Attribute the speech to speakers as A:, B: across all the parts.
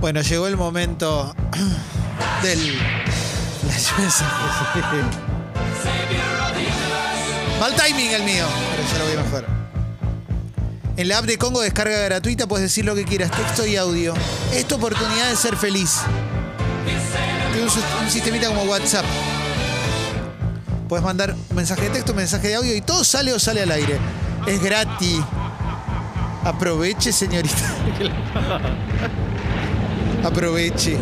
A: Bueno, llegó el momento del flashazo. Mal timing el mío, pero ya lo voy a mejorar. En la app de Congo descarga gratuita puedes decir lo que quieras, texto y audio. Es tu oportunidad de ser feliz. Tiene un, sus- un sistemita como WhatsApp. Puedes mandar un mensaje de texto, un mensaje de audio y todo sale o sale al aire. Es gratis. Aproveche, señorita. Aproveche.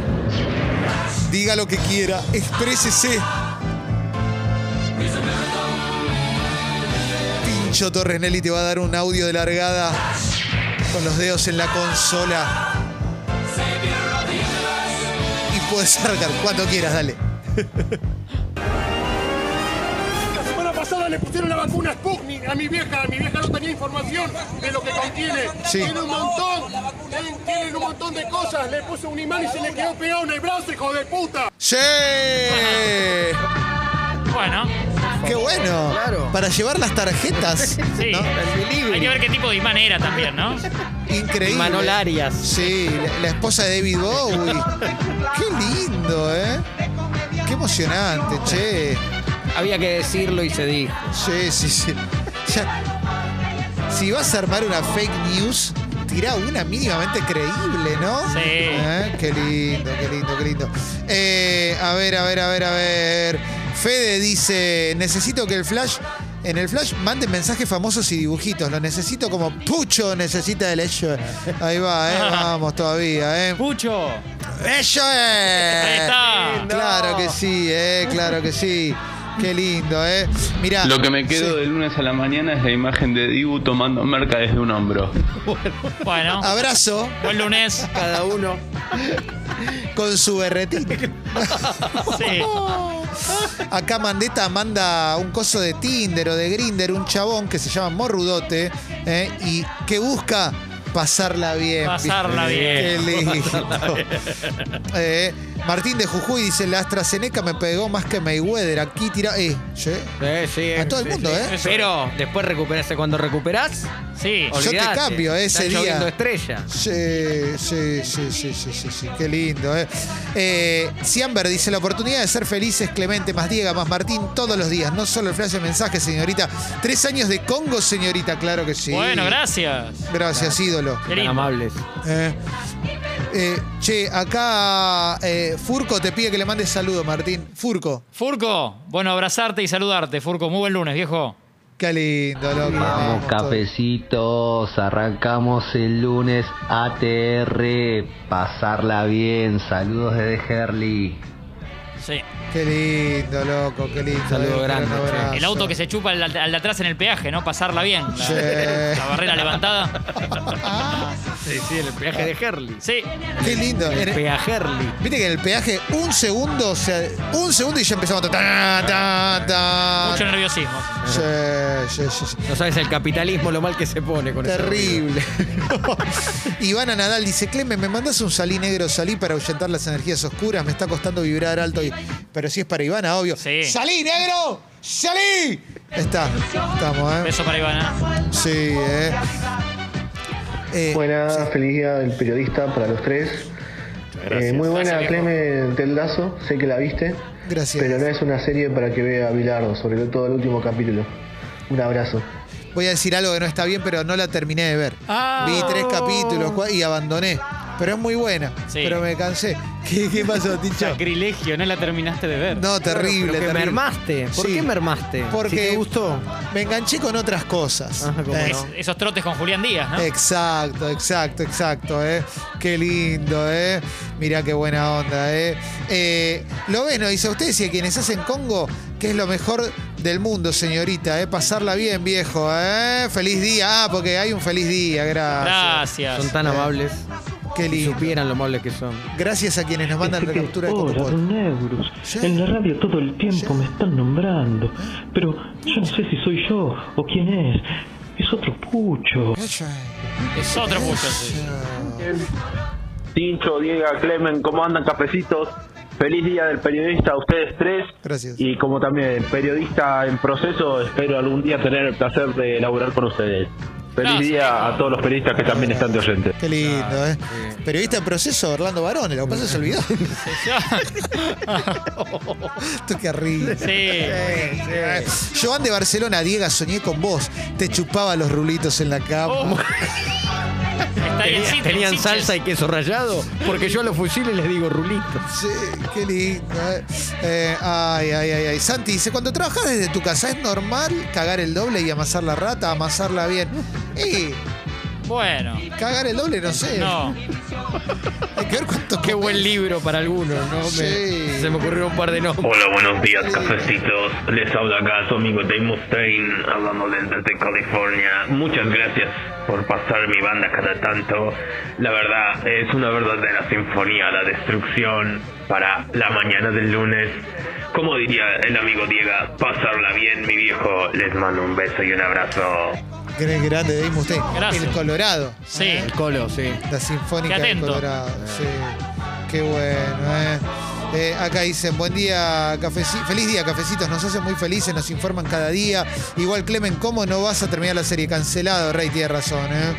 A: Diga lo que quiera. Exprésese. Pincho Torres Nelly te va a dar un audio de largada con los dedos en la consola. Y puedes arrancar cuando quieras, dale.
B: La semana pasada le pusieron la vacuna Sputnik a mi vieja. Mi vieja no tenía información de lo que contiene.
A: Sí.
B: Tiene un montón, tienen, tienen un montón de cosas. Le puso un imán y se le quedó pegado en el brazo, hijo de puta.
A: ¡Sí!
C: Bueno,
A: ¡Qué bueno!
D: Claro.
A: Para llevar las tarjetas.
C: sí.
A: ¿no?
C: Hay que ver qué tipo de imán era también, ¿no?
A: Increíble.
D: Manol Arias.
A: Sí, la, la esposa de David Bowie. Qué lindo, ¿eh? Qué emocionante, che.
D: Había que decirlo y se dijo.
A: Sí, sí, sí. Ya. Si vas a armar una fake news, tirá una mínimamente creíble, ¿no?
C: Sí.
A: ¿Eh? Qué lindo, qué lindo, qué lindo. Eh, a ver, a ver, a ver, a ver. Fede dice, necesito que el flash, en el flash manden mensajes famosos y dibujitos. Lo necesito como Pucho necesita el hecho. Ahí va, ¿eh? Vamos todavía, ¿eh?
D: Pucho.
A: ¡Eso es! Ahí
C: está.
A: Claro que sí, eh, claro que sí. Qué lindo, eh. Mirá.
E: Lo que me quedo
A: Sí.
E: de lunes a la mañana es la imagen de Dibu tomando merca desde un hombro.
C: Bueno,
A: Abrazo
C: buen lunes.
D: Cada uno.
A: con su berretín.
C: Sí.
A: Acá Mandeta manda un coso de Tinder o de Grinder, un chabón que se llama Morrudote, eh, y que busca pasarla bien.
C: Pasarla
A: ¿viste?
C: bien.
A: Qué lindo. Eh, Martín de Jujuy dice, la AstraZeneca me pegó más que Mayweather. Aquí tira... Eh, ¿sí?
D: Eh, sí,
A: A todo el
D: sí,
A: mundo,
D: sí.
A: ¿eh?
D: Pero después recuperarse cuando recuperás.
C: Sí.
A: te
D: olvidate.
A: cambio eh, ese
D: Está
A: día.
D: lloviendo estrella.
A: Sí, sí, sí, sí, sí, sí, sí. Qué lindo, ¿eh? Eh, Siamber dice, la oportunidad de ser feliz es Clemente, más Diego, más Martín, todos los días. No solo el flash de mensaje, señorita. Tres años de Congo, señorita, claro que sí.
C: Bueno, gracias.
A: Gracias, ídolo.
C: Qué
D: Tan
C: lindo.
D: amables.
A: Eh, eh, che, acá eh, Furco te pide que le mandes saludo, Martín. Furco.
C: Furco, bueno, abrazarte y saludarte, Furco. Muy buen lunes, viejo.
A: Qué lindo, loco.
F: Vamos, cafecitos, arrancamos el lunes ATR, pasarla bien, saludos desde Herli.
C: Sí.
A: Qué lindo, loco, qué lindo.
D: Saludo
A: eh,
D: grande,
A: un
D: che.
A: abrazo.
C: El auto que se chupa al, al de atrás en el peaje, ¿no? Pasarla bien. La,
A: Sí.
C: la barrera levantada.
D: Sí, sí, el peaje de Herley.
C: Sí.
A: Qué lindo.
D: El
A: En-
D: peaje Herley.
A: Viste que en el peaje un segundo, o sea, un segundo y ya empezamos a ta, ta, ta.
C: Mucho nerviosismo.
A: Sí, sí, sí, sí.
D: No sabes el capitalismo lo mal que se pone con ese ruido.
A: Terrible. Ivana Nadal dice, Clemen, ¿me mandas un salí negro salí para ahuyentar las energías oscuras? Me está costando vibrar alto. y- Pero si es para Ivana, obvio.
C: Sí.
A: ¡Salí, negro! ¡Salí! Está, estamos, ¿eh?
C: Beso para Ivana.
A: Sí, ¿eh? Eh,
G: Buena, feliz día del periodista para los tres. Eh, muy buena,
C: Gracias, viejo.
G: Clemen Teldazo, sé que la viste,
A: Gracias.
G: pero no es una serie para que vea Bilardo, sobre todo el último capítulo. Un abrazo.
A: Voy a decir algo que no está bien, pero no la terminé de ver.
C: Ah.
A: Vi tres capítulos cua- y abandoné. Pero es muy buena.
C: Sí.
A: Pero me cansé. ¿Qué, qué pasó, Ticho?
H: Sacrilegio, no la terminaste de ver.
A: No, terrible,
D: Pero que
A: terrible.
D: mermaste. ¿Por
A: Sí.
D: qué mermaste? Si
A: Porque
D: te gustó.
A: Me enganché con otras cosas.
D: Ajá, cómo
A: Eh,
D: no.
C: Es- esos trotes con Julián Díaz, ¿no?
A: Exacto, exacto, exacto, ¿eh? Qué lindo, ¿eh? Mirá qué buena onda, ¿eh? Eh, lo ven, ¿no? Dice a ustedes y a quienes hacen Congo, que es lo mejor del mundo, señorita, ¿eh? Pasarla bien, viejo, ¿eh? Feliz día. Ah, porque hay un feliz día, gracias.
D: Son
C: Gracias.
D: tan amables.
A: Qué
D: Si
A: lindo.
D: supieran lo amables que son.
A: Gracias a quienes nos mandan recaptura de
I: horas,
A: Cotopol.
I: don Negrus.
A: Sí.
I: En la radio todo el tiempo
A: Sí.
I: me están nombrando. Pero yo no sé si soy yo o quién es. Es otro pucho.
C: Es otro mucho, sí.
J: Tincho, Diego, Clemen, ¿cómo andan cafecitos? Feliz día del periodista a ustedes tres.
A: Gracias.
J: Y como también periodista en proceso, espero algún día tener el placer de laburar con ustedes. Feliz
C: No, sí.
J: día a todos los periodistas que también están de oyentes.
A: Qué lindo, ¿eh? Periodista en proceso, Orlando Barone. Lo que pasa es que se olvidó. Esto qué horrible.
C: Sí.
A: Joan de Barcelona, Diego, soñé con vos. Te chupaba los rulitos en la cama.
C: Oh. Está ahí en
D: Tenía-
C: Sitges,
D: ¿Tenían
C: Sitges.
D: salsa y queso rallado? Porque yo a los fusiles les digo rulitos.
A: Sí, qué lindo. eh. Eh, ay, ay, ay, ay. Santi dice, cuando trabajas desde tu casa, ¿es normal cagar el doble y amasar la rata, amasarla bien? Y
C: Bueno.
A: cagar el doble, no sé.
C: No.
A: Hay que ver cuánto
D: Qué
A: comés.
D: buen libro para algunos, ¿no? Me-
A: Sí.
D: Se me ocurrió un par de nombres.
E: Hola, buenos días, cafecitos. Les habla acá su amigo Dave Mustaine, hablando desde California. Muchas gracias por pasar mi banda cada tanto. La verdad, es una verdadera sinfonía la destrucción para la mañana del lunes. Como diría el amigo Diego, pasarla bien, mi viejo. Les mando un beso y un abrazo.
A: Qué grande, Dave Mustaine.
C: Gracias.
A: El Colorado.
C: Sí.
D: El colo, sí.
A: La Sinfónica
C: Qué
A: del
C: atento.
A: Colorado. Sí. Qué bueno, ¿eh? Eh, acá dicen, buen día, cafeci- feliz día, cafecitos, nos hacen muy felices, nos informan cada día. Igual, Clemen, ¿cómo no vas a terminar la serie? Cancelado, Rey, tiene razón, ¿eh?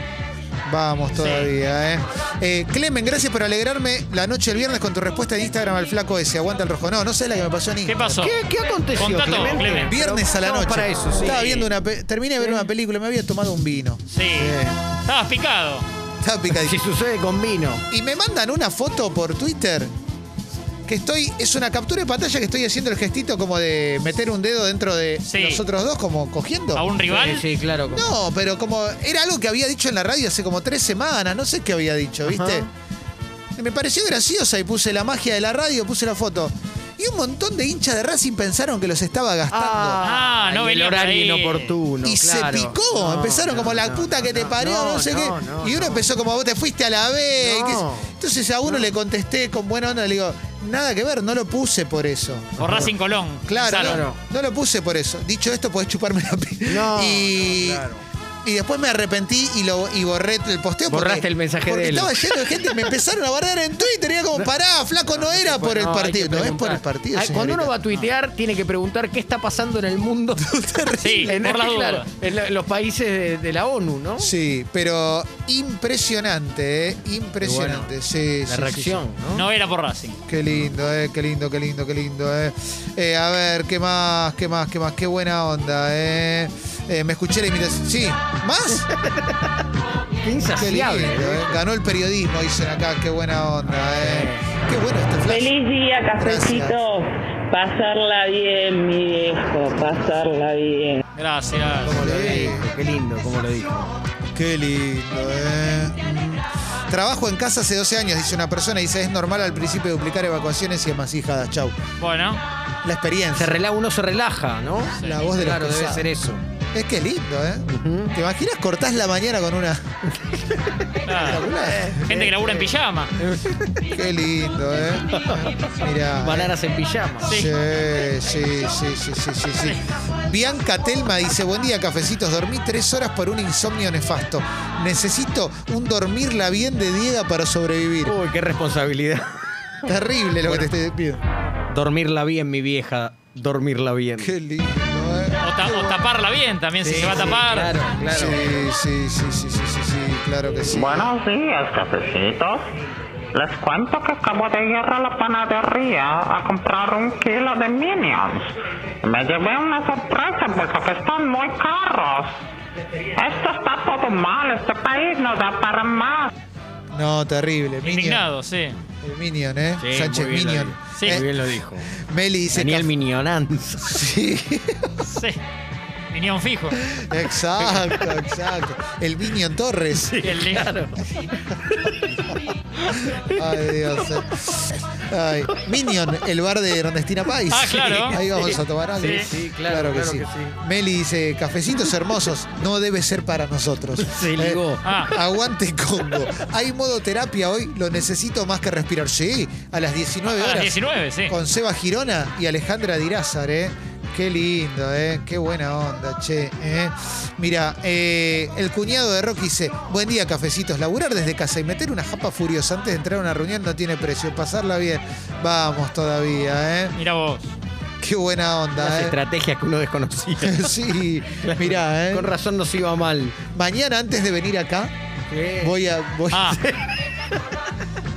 A: Vamos todavía, ¿eh? Eh, Clemen, gracias por alegrarme la noche del viernes con tu respuesta en Instagram al flaco ese, aguanta el rojo. No, no sé la que me pasó en
C: ¿Qué
A: Instagram.
C: pasó?
D: ¿Qué, qué aconteció,
C: Contá todo,
D: Clemente?
C: Clemente.
A: Viernes a la
D: Vamos
A: noche.
D: para eso, sí.
A: Estaba viendo una pe- terminé de ver una película, me había tomado un vino.
C: Sí. Estabas picado.
A: Estaba picadito.
D: Si sucede con vino.
A: y me mandan una foto por Twitter que estoy es una captura de pantalla que estoy haciendo el gestito como de meter un dedo dentro de
C: Sí.
A: los otros dos como cogiendo.
C: ¿A un rival?
D: Sí, sí, claro. como-
A: No, pero como era algo que había dicho en la radio hace como tres semanas, no sé qué había dicho, ¿viste? Me pareció graciosa y puse la magia de la radio, puse la foto. Y un montón de hinchas de Racing pensaron que los estaba gastando.
C: Ah, no
D: y el
C: venía por
D: horario
C: ahí.
D: inoportuno.
A: Y
D: claro.
A: se picó,
D: No,
A: empezaron como
D: no,
A: la
D: no,
A: puta que te
D: no,
A: parió, no, sé qué.
D: no,
A: y uno
D: no.
A: empezó como vos te fuiste a la B. y qué sé-
D: No.
A: Entonces a uno le contesté con buena onda, le digo, nada que ver, no lo puse por eso.
C: Por Racing Colón.
A: Claro,
C: Gonzalo.
A: no, no lo puse por eso. Dicho esto, podés chuparme la pi-
D: No,
A: y,
D: no, claro.
A: y después me arrepentí y, lo, y borré el posteo. porque-
D: Borraste el mensaje
A: porque
D: de él.
A: Estaba lleno de gente, me empezaron a bardear en Twitter. Y era como, pará, flaco, no era por el
D: No, hay
A: partido.
D: que
A: No es por
D: preguntar.
A: el partido.
D: Ay, Cuando uno
A: señorita.
D: va a tuitear, tiene que preguntar qué está pasando en el mundo.
C: Sí,
D: en,
C: por la
D: claro,
C: duda.
D: en la- los países de, de la ONU, ¿no?
A: Sí, pero impresionante, ¿eh? Impresionante, sí, sí,
D: La
A: sí,
D: reacción, ¿no?
C: No era por Racing.
A: sí. Qué lindo, ¿eh? Qué lindo, qué lindo, qué lindo, ¿eh? Eh, A ver, ¿qué más, qué más, qué más? Qué buena onda, ¿eh? Eh, me escuché la imitación. Sí, ¿más?
D: Qué
A: Qué lindo,
D: insaciable. ¿eh?
A: ¿eh? Ganó el periodismo, dicen acá. Qué buena onda, ¿eh? Qué bueno este flash.
K: Feliz día,
A: Gracias.
K: cafecito. Pasarla bien, mi viejo, pasarla bien.
C: Gracias.
D: Cómo lo
A: Sí.
D: dijo, qué lindo, cómo lo dijo.
A: Qué lindo, ¿eh? Trabajo en casa hace 12 años, dice una persona. Dice, es normal al principio duplicar evacuaciones y amasijadas. Chau.
C: Bueno,
A: La experiencia.
D: Se rela- uno se relaja, ¿no?
A: La voz de los
D: Claro, debe
A: pesados.
D: ser eso.
A: Es que lindo, ¿eh?
D: Ujú.
A: ¿Te imaginas cortás la mañana con una?
C: claro. gente que labura en pijama.
A: Qué lindo, ¿eh? Mirá.
D: Ah, Bananas en pijama.
A: Sí. Sí, sí, sí, sí, sí, sí. Bianca Telma dice, buen día, cafecitos. Dormí tres horas por un insomnio nefasto. Necesito un dormirla bien de Diega para sobrevivir.
D: Uy, qué responsabilidad.
A: Terrible lo que te estoy pidiendo.
D: Dormirla bien, mi vieja. Dormirla bien.
A: Qué lindo, ¿eh?
C: O, ta- o taparla bien también, si
D: Sí,
C: se va a
D: sí,
C: tapar.
D: Claro, claro.
A: Sí, sí, sí, sí, sí, sí, sí, claro que sí.
I: Buenos días, cafecitos. Les cuento que acabo de ir a la panadería a comprar un kilo de minions. Me llevé una sorpresa porque están muy caros. Esto está todo mal, este país no da para más.
A: No, terrible. Minion.
C: Indignado, sí.
A: El Minion, ¿eh?
D: Sí,
A: Sánchez
D: muy bien lo
A: Minion.
D: dijo.
C: Sí.
A: Eh,
D: Muy bien lo dijo.
A: Meli dice
D: Daniel
A: caf-
D: Minionanza.
A: Sí,
C: Sí. Minión fijo.
A: exacto, exacto. El Minion Torres.
C: El de-
A: Ay, Dios. eh. Ay, Minion, el bar de Ernestina Pais.
C: Ah, claro.
A: Ahí vamos a tomar algo.
C: Sí,
D: sí, claro, claro que sí.
A: Meli dice, cafecitos hermosos, no debe ser para nosotros. Eh,
D: Se ligó.
C: Ah.
A: Aguante Congo. Hay modo terapia hoy, lo necesito más que respirar. Sí, a las 19
C: A
A: horas.
C: las 19, Ah, sí.
A: Con Seba Girona y Alejandra Dirázar, ¿eh? Qué lindo, ¿eh? Qué buena onda, che. ¿eh? Mira, eh, el cuñado de Rocky dice, buen día, cafecitos, laburar desde casa y meter una japa furiosa antes de entrar a una reunión no tiene precio, pasarla bien. Vamos todavía, ¿eh?
C: Mira vos.
A: Qué buena onda.
D: Las
A: eh.
D: estrategias que uno desconocía.
A: sí, mirá, ¿eh?
D: Con razón nos iba mal.
A: Mañana antes de venir acá,
D: ¿Qué?
A: voy a. Voy
C: Ah.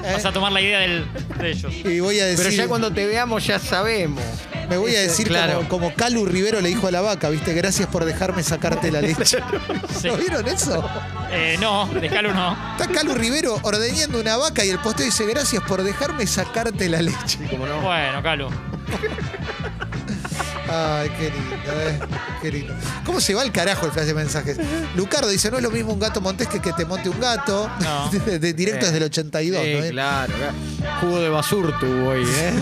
A: ¿Eh?
C: Vas a tomar la idea del- de ellos.
A: y voy a decir.
D: Pero ya cuando te veamos ya sabemos.
A: Me voy a decir
D: Claro.
A: como, como Calu Rivero le dijo a la vaca, ¿viste? Gracias por dejarme sacarte la leche. ¿No vieron eso?
C: Eh, no, déjalo no.
A: Está Calu Rivero ordeñando una vaca y el posteo dice, gracias por dejarme sacarte la leche.
D: Como no.
C: Bueno, Calo.
A: Ay, qué lindo, eh. Qué lindo. ¿Cómo se va el carajo el flash de mensajes? Lucardo dice, no es lo mismo un gato montés que que te monte un gato.
C: No.
A: De, de- directo desde el 82,
D: Sí,
A: ¿no? Eh,
D: claro, claro. Jugo de basurto hubo hoy, ¿eh?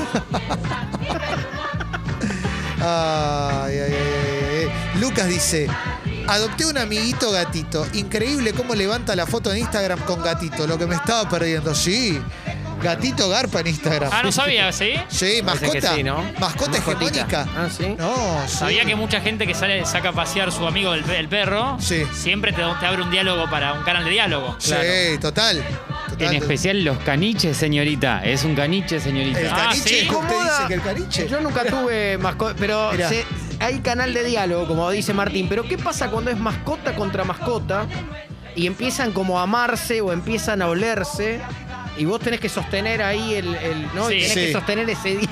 A: Ay, ay, ay, ay, ay. Lucas dice, adopté un amiguito gatito. Increíble cómo levanta la foto en Instagram con gatito. Lo que me estaba perdiendo. Sí, gatito garpa en Instagram.
C: Ah, no sabía, ¿sí?
A: Sí,
D: Parece que
A: mascota.
D: sí, ¿no?
A: Mascota
D: Mascotita.
A: hegemónica.
D: Ah, ¿sí?
A: No, sí.
C: Sabía que mucha gente que sale, saca a pasear su amigo del, pe- el perro,
A: Sí.
C: siempre te, te abre un diálogo para un canal de diálogo.
A: Sí, total. total.
H: En especial los caniches, señorita. Es un caniche, señorita.
A: El
C: Ah,
A: caniche,
C: ¿sí?
A: es que usted
D: Incomoda.
A: dice que el caniche.
D: Yo nunca tuve mascota, pero
A: Mirá.
D: se- hay canal de diálogo, como dice Martín. Pero ¿qué pasa cuando es mascota contra mascota y empiezan como a amarse o empiezan a olerse y vos tenés que sostener ahí el, el- no,
C: Sí.
D: Y tenés
A: Sí.
D: que sostener ese di-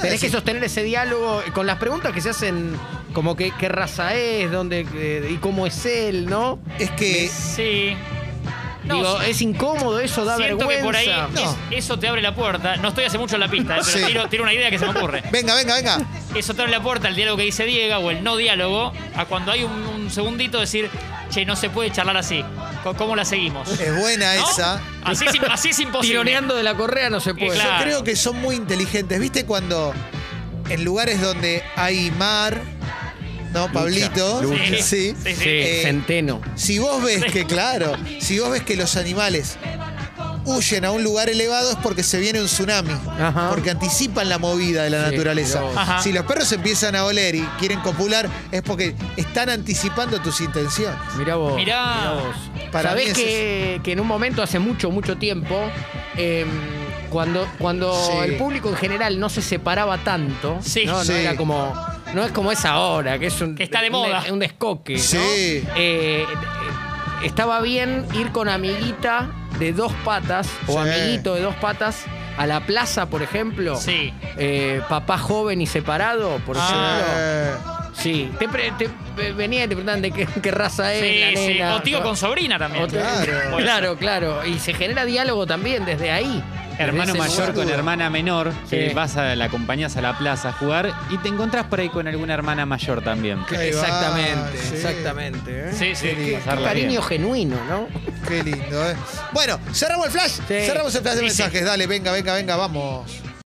D: tenés que sostener ese diálogo con las preguntas que se hacen como que qué raza es, dónde eh, y cómo es él, ¿no?
A: Es que
C: Sí. No,
D: Digo,
C: sí.
D: es incómodo eso, da
C: Siento
D: vergüenza.
C: que por ahí
A: No.
C: es- eso te abre la puerta. No estoy hace mucho en la pista, eh, pero
A: Sí.
C: tiro, tiro una idea que se me ocurre.
A: Venga, venga, venga.
C: Eso te abre la puerta al diálogo que dice Diego o el no diálogo, a cuando hay un, un segundito decir, che, no se puede charlar así. Co- ¿Cómo la seguimos?
A: Es buena
C: ¿No?
A: Eh, esa.
C: Así, es im- así es imposible.
D: Tironeando de la correa no se
C: Eh,
D: puede.
C: claro.
A: Creo que son muy inteligentes. ¿Viste cuando en lugares donde hay mar, no, Pablito?
D: lucha.
A: Sí.
C: Sí, sí.
D: Sí,
A: Eh,
D: centeno.
A: Si vos ves que, claro, si vos ves que los animales huyen a un lugar elevado es porque se viene un tsunami.
D: Ajá.
A: Porque anticipan la movida de la
D: Sí,
A: naturaleza.
D: Dios.
C: Ajá.
A: Si los perros empiezan a oler y quieren copular, es porque están anticipando tus intenciones.
D: Mirá vos.
C: Mirá.
A: Para mí
D: Sabés
A: es
D: que, que en un momento, hace mucho, mucho tiempo, eh, cuando, cuando
A: Sí.
D: el público en general no se separaba tanto,
C: Sí.
D: no, no
A: Sí.
D: era como. No es como es ahora, que es un,
C: Que está de
D: un-
C: moda.
D: un descoque. ¿no?
A: Sí.
D: Eh, eh, estaba bien ir con amiguita de dos patas o
A: Sí.
D: amiguito de dos patas a la plaza, por ejemplo.
C: Sí.
D: Eh, papá joven y separado, por ejemplo.
A: Eh,
D: Sí, te, pre- te- eh, venía y te preguntaban de qué, qué raza es la
C: Sí, sí.
D: nena.
C: O tío con sobrina también.
D: O tío-
A: Claro.
C: Puede
D: Claro, claro. Y se genera diálogo también desde ahí. desde
H: Hermano
D: ese
H: mayor
D: lugar.
H: con hermana menor, que
D: Sí.
H: vas a la acompañás a la plaza a jugar y te encontrás por ahí con alguna hermana mayor también.
A: Ahí va,
D: Exactamente,
A: sí.
D: exactamente. ¿eh?
C: ser. Sí, sí.
A: Qué
D: Qué
H: Pasarla
D: cariño
H: bien.
D: genuino, ¿no?
A: Qué lindo, ¿eh? Bueno, cerramos el flash.
D: Sí.
A: Cerramos el flash de
C: Sí, sí.
A: mensajes. Dale, venga, venga, venga, vamos.